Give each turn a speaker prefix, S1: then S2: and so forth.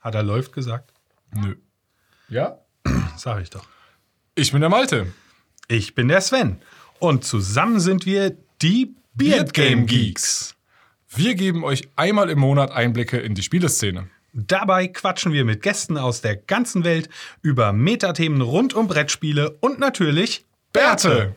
S1: Hat er läuft gesagt? Nö,
S2: Ja?
S1: sag ich doch.
S2: Ich bin der Malte.
S1: Ich bin der Sven und zusammen sind wir die Beard Game Geeks.
S2: Wir geben euch einmal im Monat Einblicke in die Spieleszene.
S1: Dabei quatschen wir mit Gästen aus der ganzen Welt über Metathemen rund um Brettspiele und natürlich
S2: Bärte!